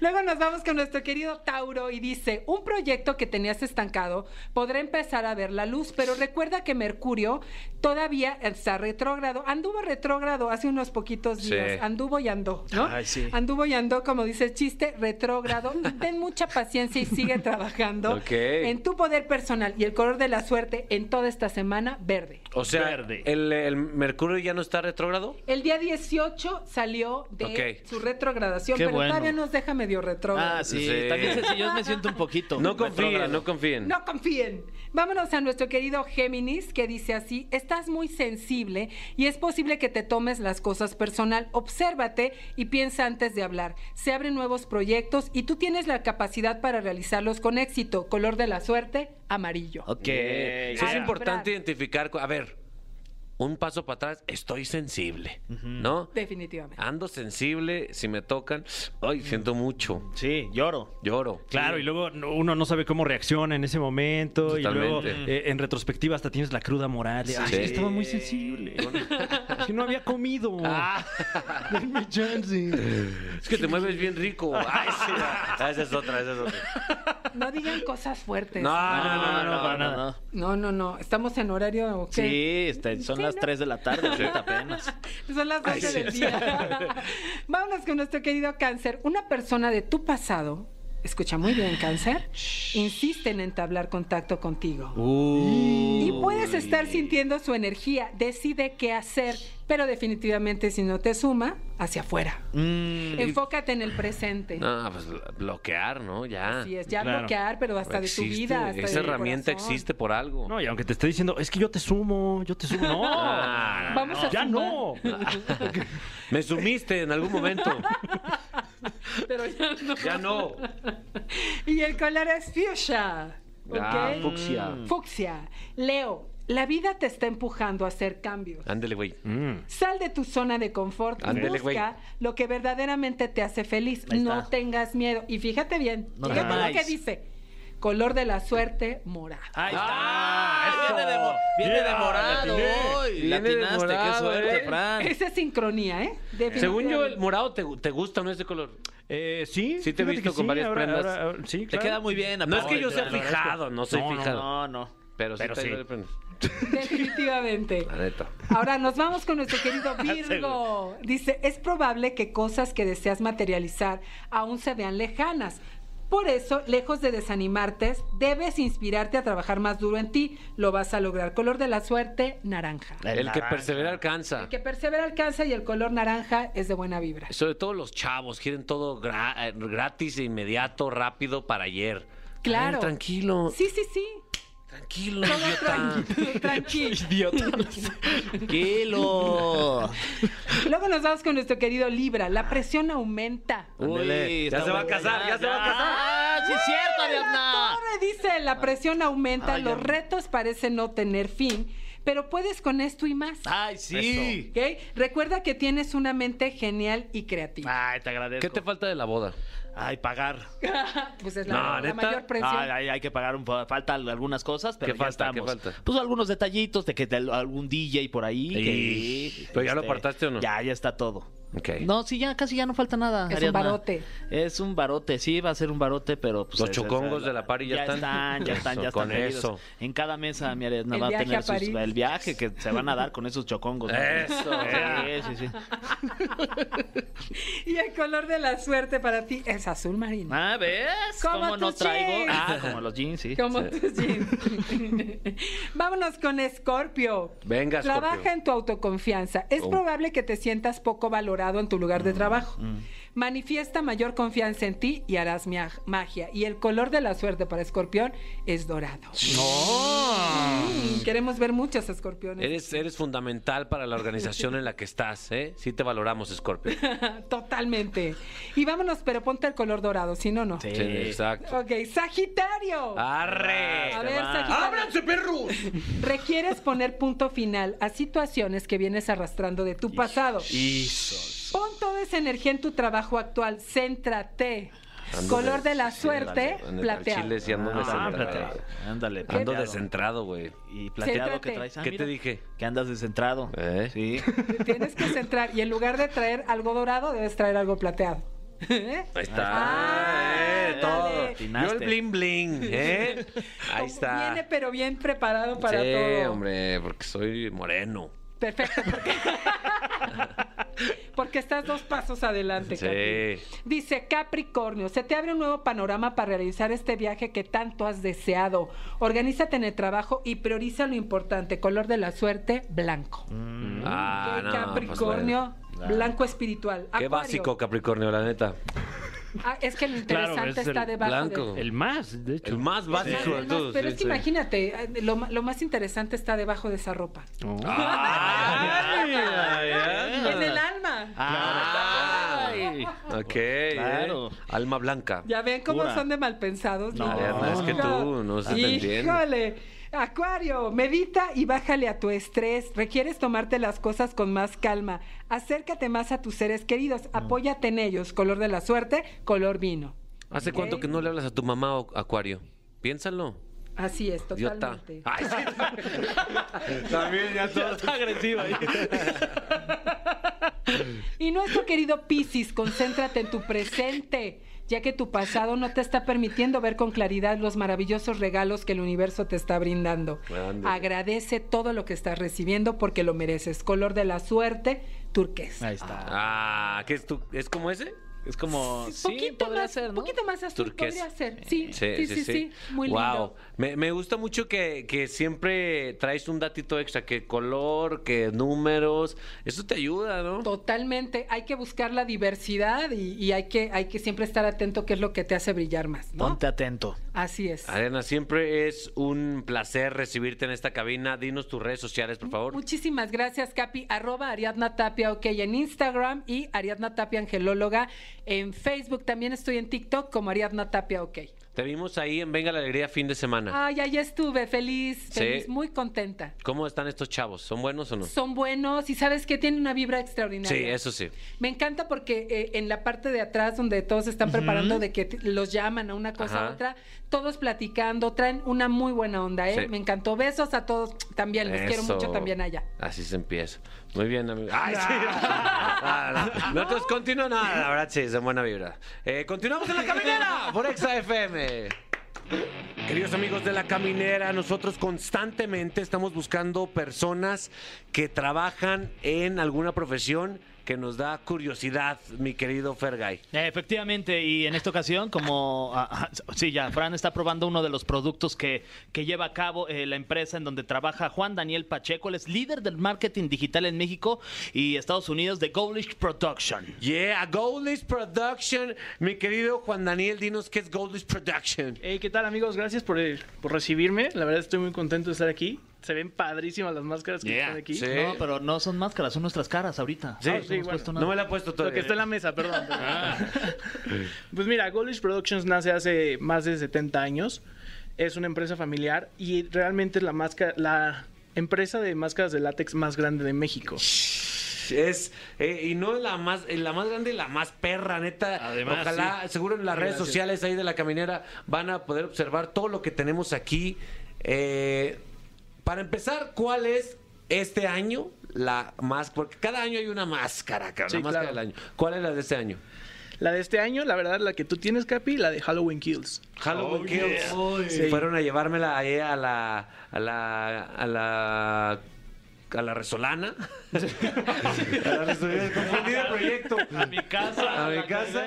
Luego nos vamos con nuestro querido Tauro y dice, un proyecto que tenías estancado podrá empezar a ver la luz, pero recuerda que Mercurio todavía está retrógrado. Anduvo retrógrado hace unos poquitos Sí. días. Anduvo y andó, ¿no? Ay, sí. Anduvo y andó, como dice el chiste, retrógrado. Ten mucha paciencia y sigue trabajando Ok. en tu poder personal y el color de la suerte en toda esta semana, verde. O sea, Verde. El, el mercurio ya no está retrógrado? El día 18 salió de Ok. su retrogradación, Qué pero bueno. todavía nos deja medio medio retrógrado. Ah, sí. Sí. También sé si yo me siento un poquito. No confíen, [LAUGHS] retrógrado. no confíen. No confíen. Vámonos a nuestro querido Géminis que dice así, estás muy sensible y es posible que te tomes las cosas personal. Obsérvate y piensa antes de hablar. Se abren nuevos proyectos y tú tienes la capacidad para realizarlos con éxito. Color de la suerte, amarillo. Ok. Bien. Sí, es Ah, importante bravo. identificar, cu- a ver, un paso para atrás, estoy sensible, ¿no? Definitivamente. Ando sensible, si me tocan, ay, siento mucho, Sí, lloro. lloro. Claro, y luego no- uno no sabe cómo reacciona en ese momento. Y luego, Totalmente. eh, en retrospectiva, hasta tienes la cruda moral. de, Ay, Sí. estaba muy sensible. [LAUGHS] Es que no había comido. [LAUGHS] Denme chance. Es que te mueves bien [LAUGHS] rico. Ay, sí, ah, esa es otra, esa es otra. No digan cosas fuertes. No, no, Ah, no, no, no, para nada. no, no. no. Estamos en horario... ¿o qué? Sí, este, son Sí, las ¿no? 3 de la tarde, ahorita apenas. Son las 12 del día. [LAUGHS] Vámonos con nuestro querido cáncer. Una persona de tu pasado, escucha muy bien, cáncer, insiste en entablar contacto contigo. Y puedes estar sintiendo su energía, decide qué hacer, pero definitivamente si no te suma, hacia afuera. Mm. Enfócate en el presente. No, pues bloquear, ¿no? Ya. Así es, ya Claro. bloquear, pero hasta de tu Existe, vida. Hasta Esa de tu herramienta corazón. existe por algo. No, y aunque te esté diciendo, es que yo te sumo, yo te sumo. No. Ah, no, Vamos no. a ya sumar, no. Me sumiste en algún momento. Pero ya no. Ya no. Y el color es fuchsia. [LAUGHS] ¿ok? Ah, fucsia. Fucsia. Leo, la vida te está empujando a hacer cambios. Ándele, güey. Mm. Sal de tu zona de confort y Ah. Ándele, güey. busca lo que verdaderamente te hace feliz. Ahí No está. tengas miedo. Y fíjate bien, No fíjate lo temáis. que dice. Color de la suerte, morado. Ah, Ahí está. eso. viene de, mo- viene Yeah, de morado le atiné. hoy. Viene de Latinaste, qué morado, suerte, ¿eh? Fran. Esa es sincronía, ¿eh? Según yo, el Definitivamente. morado te, te gusta, ¿no? Ese color. Eh, sí. Sí te he fíjate visto que con varias prendas. sí, Te claro. queda muy bien. No es aparte, que yo te sea lo agradezco. fijado, no soy No, fijado. No, no. Pero sí, Pero te sí. duele pues. prender. [LAUGHS] Definitivamente. La neta. Ahora nos vamos con nuestro querido Virgo. Dice, es probable que cosas que deseas materializar aún se vean lejanas. Por eso, lejos de desanimarte, debes inspirarte a trabajar más duro en ti. Lo vas a lograr. Color de la suerte, naranja. El, que persevera alcanza. El que persevera alcanza y el color naranja es de buena vibra. Sobre todo los chavos quieren todo gra- eh, gratis, e inmediato, rápido para ayer. A Claro. ver, tranquilo. Sí, sí, sí. Tranquilo, Todo idiota. [LAUGHS] [LAUGHS] tranqui- tranquilo. Idiota. Tranquilo. Luego nos vamos con nuestro querido Libra. La presión aumenta. Uy, Ya está se va a bueno, casar, ya se va a casar. Ah, sí es cierto, Ariadna. Torre dice, la presión aumenta, Ay, los ya. retos parecen no tener fin, pero puedes con esto y más. Ay, sí. ¿ok? Recuerda que tienes una mente genial y creativa. Ay, te agradezco. ¿Qué te falta de la boda? Ay, pagar. Pues es la, No, la ¿neta? mayor presión. Ah. Ay, ay, hay que pagar un po- falta al- algunas cosas, pero ¿Qué ya falta? ¿Qué estamos. falta? Pues algunos detallitos de que te- algún DJ por ahí. Y- que- este, ¿Pero ya lo apartaste o no? Ya, ya está todo. Ok. No, sí, ya casi ya no falta nada. Es un Ariadna. barote. Es un barote, sí, va a ser un barote, pero pues, Los es- chocongos es- de la pari ya están. Ya están, ya Eso, están. con medidos. eso. En cada mesa, mi Ariadna El va a viaje tener a sus- París. el viaje que se van a dar con esos chocongos. ¿no? Eso, Sí, sí, sí. Y el color de la suerte para ti es azul marino. Ah, ¿ves? Como ¿Cómo no tus traigo? jeans. [LAUGHS] Ah, como los jeans, sí. Como tus jeans. Vámonos con Escorpio. Venga, Scorpio. Trabaja en tu autoconfianza. Es probable que te sientas poco valorado en tu lugar de trabajo. Manifiesta mayor confianza en ti y harás mia- magia. Y el color de la suerte para Escorpión es dorado. Mm, queremos ver muchos escorpiones. Eres, eres fundamental para la organización en la que estás, ¿eh? Sí te valoramos, Scorpio. Totalmente. Y vámonos, pero ponte el color dorado, si no, no. Sí. Sí, Ah, exacto. Ok, Sagitario. ¡Arre! A te ver, va. Sagitario. Requieres poner punto final a situaciones que vienes arrastrando de tu pasado. Pon toda esa energía en tu trabajo actual. Céntrate. Ando Color de- de la sí, suerte, ando- ando- plateado. Chile, sí, ando Ah, descentrado. plateado. Ándale, Ando plateado. descentrado, güey. Y plateado Céntrate. que traes. Ah, ¿Qué mira, te dije? Que andas descentrado. ¿Eh? Sí. [LAUGHS] Te Tienes que centrar. Y en lugar de traer algo dorado, debes traer algo plateado. ¿Eh? Ahí está. Ah, eh, todo. ándale. Yo el bling bling, ¿eh? Ahí está. Viene, pero bien preparado para sí, todo. hombre, porque soy moreno. Perfecto. Porque... [LAUGHS] porque estás dos pasos adelante. Sí. Capi. Dice Capricornio, se te abre un nuevo panorama para realizar este viaje que tanto has deseado. Organízate en el trabajo y prioriza lo importante. Color de la suerte, blanco. Ah, Ok, no, pues, Mm. Capricornio, bueno. Ah. blanco espiritual. Qué Acuario. básico, Capricornio, la neta. Ah, es que lo interesante Claro, es está el debajo blanco. de... El más, de hecho. El más Es más, básico de es más, todos. sí, pero es que sí. imagínate, eh, lo, ma- lo más interesante está debajo de esa ropa. Oh. [LAUGHS] Ay, ay, ay. En el alma. Ay, Ok, eh. Claro. alma blanca. Ya ven cómo Pura. son de malpensados. No, Ariadna, es que tú no se te entiende. Híjole. Acuario, medita y bájale a tu estrés. Requieres tomarte las cosas con más calma. Acércate más a tus seres queridos. Mm. Apóyate en ellos. Color de la suerte, color vino. ¿Hace cuánto que no le hablas a tu mamá, o- Acuario? Piénsalo. Así es, Idiota. totalmente. Ay, sí. También ya todos. está agresiva. ahí. Y nuestro querido Piscis, concéntrate en tu presente, ya que tu pasado no te está permitiendo ver con claridad los maravillosos regalos que el universo te está brindando. Ándale. Agradece todo lo que estás recibiendo porque lo mereces. Color de la suerte, turquesa. Ahí está. Ah, ¿qué es tú? ¿Es como ese? Es como. Un Sí, podría más, ser, ¿no? poquito más azul Turquesa. podría ser. Sí, sí, sí, sí, muy wow. lindo. Me, me gusta mucho que, que siempre traes un datito extra, que color, que números. Eso te ayuda, ¿no? Totalmente, hay que buscar la diversidad y, y hay que hay que siempre estar atento qué es lo que te hace brillar más, ¿no? Ponte atento. Así es. Arena, siempre es un placer recibirte en esta cabina. Dinos tus redes sociales, por favor. Muchísimas gracias, Capi. Arroba Ariadna Tapia, ok, en Instagram y Ariadna Tapia Angelóloga en Facebook. También estoy en TikTok como Ariadna Tapia, ok. Te vimos ahí en Venga la Alegría fin de semana. Ay, ahí estuve, feliz, Sí. feliz, muy contenta. ¿Cómo están estos chavos? ¿Son buenos o no? Son buenos y sabes que tienen una vibra extraordinaria. Sí, eso sí. Me encanta porque eh, en la parte de atrás donde todos se están preparando de que t- los llaman a una cosa a Ajá. otra, todos platicando, traen una muy buena onda, ¿eh? Sí. Me encantó. Besos a todos también, les quiero Eso. mucho también allá. Así se empieza. Muy bien, amigo. Ay, sí. Ah, [LAUGHS] no. Nosotros continuamos. No, la verdad, sí, es de buena vibra. Eh, continuamos en la caminera por Exa FM. Queridos amigos de la caminera, nosotros constantemente estamos buscando personas que trabajan en alguna profesión que nos da curiosidad, mi querido Fergay. Eh, Efectivamente, y en esta ocasión, como ah, ah, sí, ya Fran está probando uno de los productos que, que lleva a cabo eh, la empresa en donde trabaja Juan Daniel Pacheco, él es líder del marketing digital en México y Estados Unidos de Golish Production. Yeah, Goldish Production. Mi querido Juan Daniel, dinos qué es Goldish Production. Hey, ¿qué tal amigos? Gracias por, eh, por recibirme. La verdad estoy muy contento de estar aquí. Se ven padrísimas las máscaras que Yeah, están aquí. sí. No, pero no son máscaras, son nuestras caras ahorita. Sí, no nos sí, hemos bueno. puesto nada. No me la he puesto Lo todavía. que está en la mesa, perdón. Ah. pues mira, Golish Productions nace hace más de 70 años. Es una empresa familiar y realmente es la, máscara, la empresa de máscaras de látex más grande de México. Es, eh, y no es la más, eh, la más grande y la más perra, neta. Además, Ojalá, seguro en las redes Gracias. sociales ahí de la caminera van a poder observar todo lo que tenemos aquí. Eh, para empezar, ¿cuál es este año la más? Porque cada año hay una máscara, cara, Sí, la máscara claro. del año. ¿Cuál es la de este año? La de este año, la verdad, la que tú tienes, Capi, la de Halloween Kills. Halloween Kills. Sí. Fueron a llevármela ahí a la. a la. a la. a la Resolana. a la Resolana. Confundí de proyecto. A mi casa. A mi casa.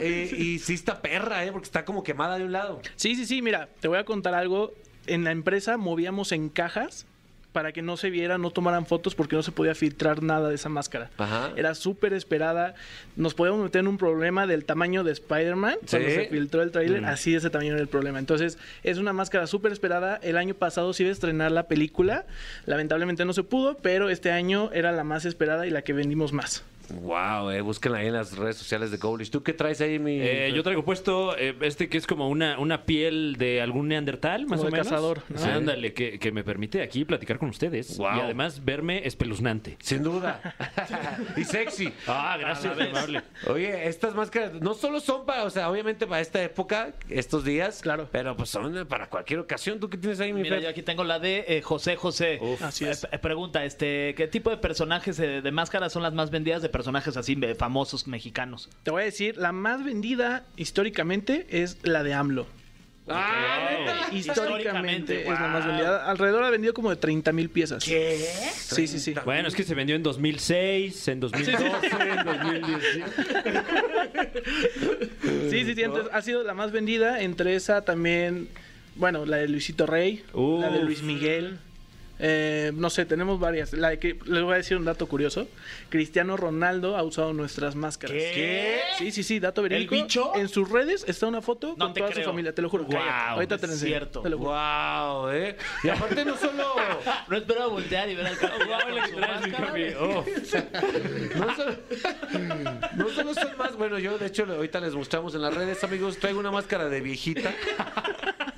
Eh, y sí está perra, ¿eh? Porque está como quemada de un lado. Sí, sí, sí, mira, te voy a contar algo. En la empresa movíamos en cajas para que no se viera, no tomaran fotos porque no se podía filtrar nada de esa máscara. Ajá. Era súper esperada. Nos podíamos meter en un problema del tamaño de Spider-Man cuando Sí. Mm. se filtró el tráiler. Así de ese tamaño era el problema. Entonces, es una máscara súper esperada. El año pasado se iba a estrenar la película. Lamentablemente no se pudo, pero este año era la más esperada y la que vendimos más. Wow, eh, búsquenla ahí en las redes sociales de Golish. ¿Tú qué traes ahí, mi.? Eh, yo traigo puesto eh, este que es como una, una piel de algún neandertal, más Como o de menos. cazador, ¿no? Sí, ándale, que, que me permite aquí platicar con ustedes. Wow. Y además verme espeluznante. Sin duda. y sexy. Ah, gracias, A la vez. amable. Oye, estas máscaras no solo son para, o sea, obviamente para esta época, estos días. Claro. Pero pues son para cualquier ocasión. ¿Tú qué tienes ahí, mi Mira, Fer? yo aquí tengo la de eh, José José. Así es. Eh, p- pregunta, este, ¿qué tipo de personajes eh, de máscaras son las más vendidas de personajes así eh, famosos mexicanos? Te voy a decir, la más vendida históricamente es la de AMLO. Ah, [LAUGHS] Wow. Históricamente es la más wow. vendida. Alrededor ha vendido como de 30 mil piezas. ¿Qué? Sí, sí, sí. Bueno, es que se vendió en 2006, en 2012, en 2018. Sí, sí, sí. Entonces ha sido la más vendida. Entre esa también, bueno, la de Luisito Rey, Uf. la de Luis Miguel. Eh, no sé, tenemos varias. La de que, les voy a decir un dato curioso. Cristiano Ronaldo ha usado nuestras máscaras. ¿Qué? Sí, sí, sí, dato verídico. bicho? En sus redes está una foto No con te toda creo. su familia, te lo juro. Guau, cállate. Ahorita es te lo enseño, cierto. te lo juro. ¡Wow! ¿eh? Y aparte no solo, No esperaba voltear y ver [LAUGHS] al cabo. Guau, la que traes, mi Javi. Oh. no solo. no solo son más. Bueno, yo de hecho ahorita les mostramos en las redes, amigos. Traigo una máscara de [LAUGHS] viejita.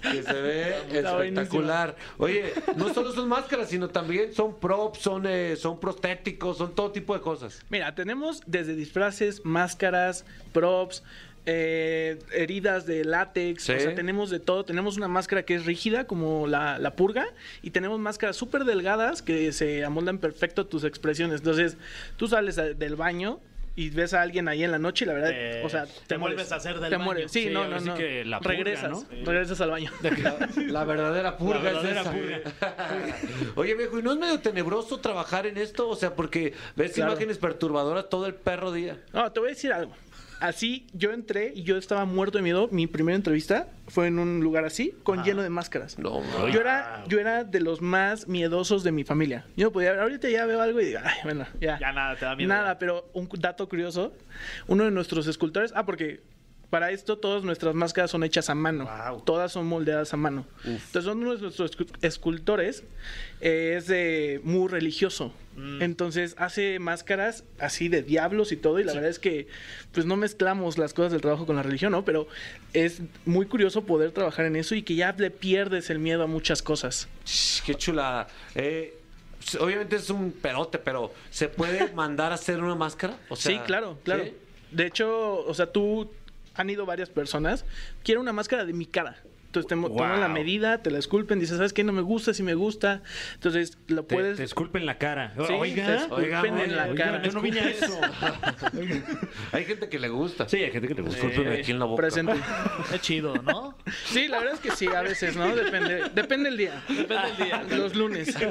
Que se ve espectacular. Oye, no solo son máscaras, sino también son props, son, eh, son prostéticos, son todo tipo de cosas. Mira, tenemos desde disfraces, máscaras, props, eh, heridas de látex, Sí. o sea, tenemos de todo. Tenemos una máscara que es rígida, como la, la purga, y tenemos máscaras súper delgadas que se amoldan perfecto a tus expresiones. Entonces, tú sales a- del baño y ves a alguien ahí en la noche y la verdad, Te- o sea, te vuelves a hacer del te baño. mueres. Sí, Sí, no, ahora no, sí no. que la purga, regresas, ¿no? regresas al baño. La verdadera purga La verdadera es esa. [LAUGHS] Oye, viejo, ¿y no es medio tenebroso trabajar en esto? O sea, porque ves Claro. imágenes perturbadoras todo el perro día. No, te voy a decir algo. Así yo entré y yo estaba muerto de miedo. Mi primera entrevista fue en un lugar así, con lleno de máscaras. No, Yo era, yo era de los más miedosos de mi familia. Yo no podía ver. Ahorita ya veo algo y digo, ay, bueno, ya. Ya nada, te da miedo. Nada, pero un cu- dato curioso. Uno de nuestros escultores. Ah, porque para esto todas nuestras máscaras son hechas a mano. Todas son moldeadas a mano. Entonces, uno de nuestros escu- escultores eh, es de- muy religioso. Entonces hace máscaras así de diablos y todo y la verdad es que pues no mezclamos las cosas del trabajo con la religión, ¿no? Pero es muy curioso poder trabajar en eso y que ya le pierdes el miedo a muchas cosas. Ch, Qué chulada. Eh, s- obviamente es un perote, pero ¿se puede mandar a hacer una máscara? O sea, sí, claro, claro. ¿sí? De hecho, o sea, tú han ido varias personas, quiero una máscara de mi cara. Entonces te mo- toman la medida, te la esculpen, dices, ¿sabes qué? No me gusta, si me gusta. Entonces lo Te, puedes... te esculpen la cara. Sí, te oiga, esculpen oiga, en la oiga, cara. yo no vine a eso. [LAUGHS] Hay gente que le gusta. Sí, hay gente que le gusta. Discúlpeme aquí en la boca. Presente. [LAUGHS] Qué chido, ¿no? Sí, la verdad es que sí, a veces, ¿no? Depende, depende [LAUGHS] el día. Depende del día. Los lunes. [LAUGHS]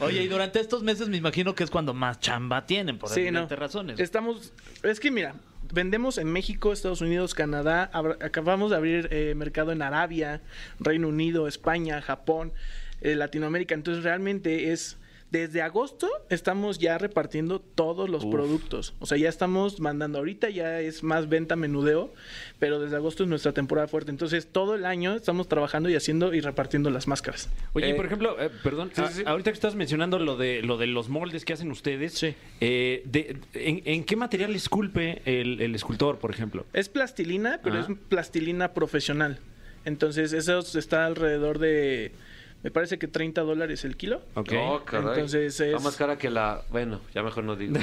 Oye, y durante estos meses me imagino que es cuando más chamba tienen, por Sí, evidentes no. razones. Estamos, es que mira, vendemos en México, Estados Unidos, Canadá, abra- acabamos de abrir eh, mercado en Arabia, Reino Unido, España, Japón, eh, Latinoamérica, entonces realmente es... Desde agosto estamos ya repartiendo todos los productos. O sea, ya estamos mandando ahorita, ya es más venta menudeo, pero desde agosto es nuestra temporada fuerte. Entonces, todo el año estamos trabajando y haciendo y repartiendo las máscaras. Oye, y Eh, por ejemplo, eh, perdón, sí, a- sí, sí. ahorita que estás mencionando lo de lo de los moldes que hacen ustedes, Sí. eh, de- en, en qué material esculpe el, el escultor, por ejemplo? Es plastilina, pero Ah. es plastilina profesional. Entonces, eso está alrededor de, me parece que 30 dólares el kilo. Ok. Oh, caray. Entonces es- Está más cara que la... Bueno, ya mejor no [LAUGHS] digo.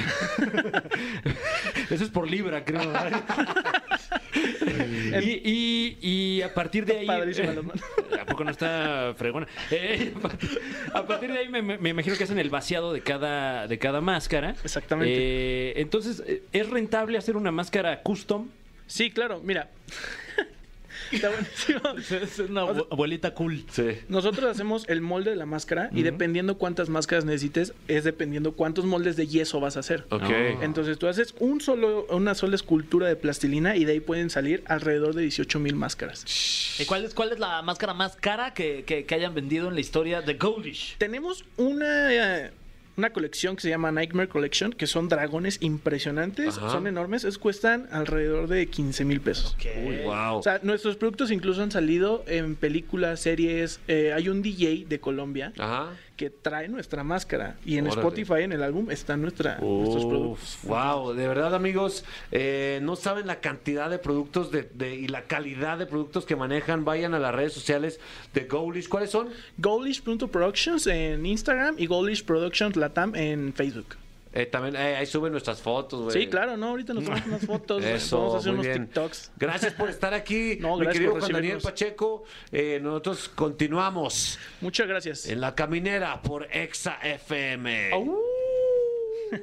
Eso es por libra, creo. [LAUGHS] ¿verdad? y, y- y a partir de ahí. eh. eh, Padrísima la mano. [LAUGHS] ¿A poco no está fregona? Eh, [LAUGHS] a partir- a partir de ahí me, me- me imagino que hacen el vaciado de cada, de cada máscara. Exactamente. Eh, entonces, eh, ¿es rentable hacer una máscara custom? Sí, claro, [LAUGHS] mira. Está buenísimo. Es una abue- abuelita cool. Sí. Nosotros hacemos el molde de la máscara y dependiendo cuántas máscaras necesites, es dependiendo cuántos moldes de yeso vas a hacer. Ok. Entonces tú haces un solo, una sola escultura de plastilina y de ahí pueden salir alrededor de 18 mil máscaras. ¿Y cuál es, cuál es la máscara más cara que, que- que hayan vendido en la historia de Goldish? Tenemos una, eh, una colección que se llama Nightmare Collection, que son dragones impresionantes, Ajá. son enormes, esos cuestan alrededor de 15 mil pesos. Uy, wow. O sea, nuestros productos incluso han salido en películas, series. eh, hay un DJ de Colombia Ajá. que trae nuestra máscara y en Órale. Spotify, en el álbum, están nuestra, nuestros productos. Wow, de verdad amigos, eh, no saben la cantidad de productos de, de- y la calidad de productos que manejan. Vayan a las redes sociales de Goulish. ¿Cuáles son? Goldish.productions en Instagram y Goldish Productions Latam en Facebook. Eh, también eh, ahí suben nuestras fotos, güey. Sí, claro, ¿no? Ahorita nos tomamos unas fotos, [LAUGHS] Eso, vamos a hacer muy unos bien. TikToks. Gracias por estar aquí, [LAUGHS] No, mi gracias querido por Juan Daniel recibirnos. Pacheco. Eh, nosotros continuamos Muchas gracias. en La Caminera por Exa FM. Au. [LAUGHS]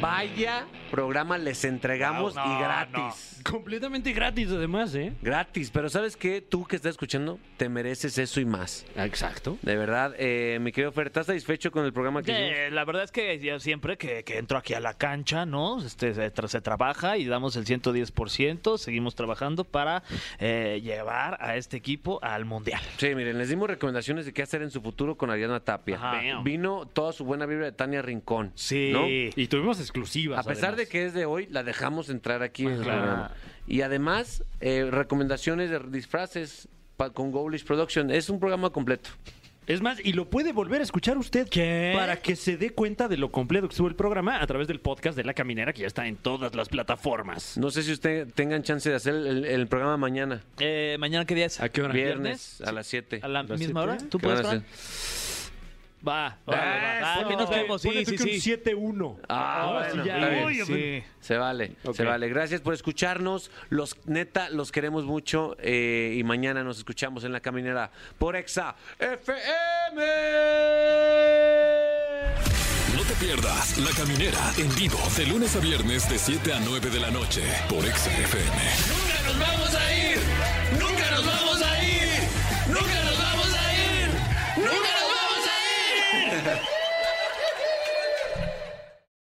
Vaya programa les entregamos No, no, y gratis. no. Completamente gratis, además, ¿eh? Gratis, pero ¿sabes qué? Tú que estás escuchando, te mereces eso y más. Exacto. De verdad, eh, mi querido Fer, ¿estás satisfecho con el programa que hicimos? Eh, la verdad es que yo siempre que, que entro aquí a la cancha, ¿no? Este, se, tra- se trabaja y damos el 110%, seguimos trabajando para eh, llevar a este equipo al Mundial. Sí, miren, les dimos recomendaciones de qué hacer en su futuro con Ariana Tapia. Ajá. Damn. Vino toda su buena vibra de Tania Rincón. Sí. ¿no? Y tuvimos exclusivas. A pesar además. de que es de hoy, la dejamos entrar aquí en el Ajá. programa. Y además, eh, recomendaciones de disfraces pa- con Goulish Production. Es un programa completo. Es más, y lo puede volver a escuchar usted para que se dé cuenta de lo completo que estuvo el programa a través del podcast de La Caminera que ya está en todas las plataformas. No sé si ustedes tengan chance de hacer el, el programa mañana, Eh, ¿Mañana qué día es? ¿A qué hora? viernes, a las 7. ¿A la ¿Las misma siete? hora? ¿Tú ¿Qué van puedes, a hacer? Fran? Va, órale, va. Ah, aquí nos vemos, sí, sí, sí. 7-1. Ah, bueno, Oh, ya. está bien. Uy, Sí. Se vale, se vale. Gracias por escucharnos. Los neta, los queremos mucho. eh, y mañana nos escuchamos en la caminera por Exa FM. No te pierdas La Caminera en vivo de lunes a viernes de 7 a 9 de la noche por XFM. ¡Nunca nos vamos a ir! ¡Nunca nos vamos a ir! ¡Nunca nos vamos a ir! ¡Nunca nos vamos a ir!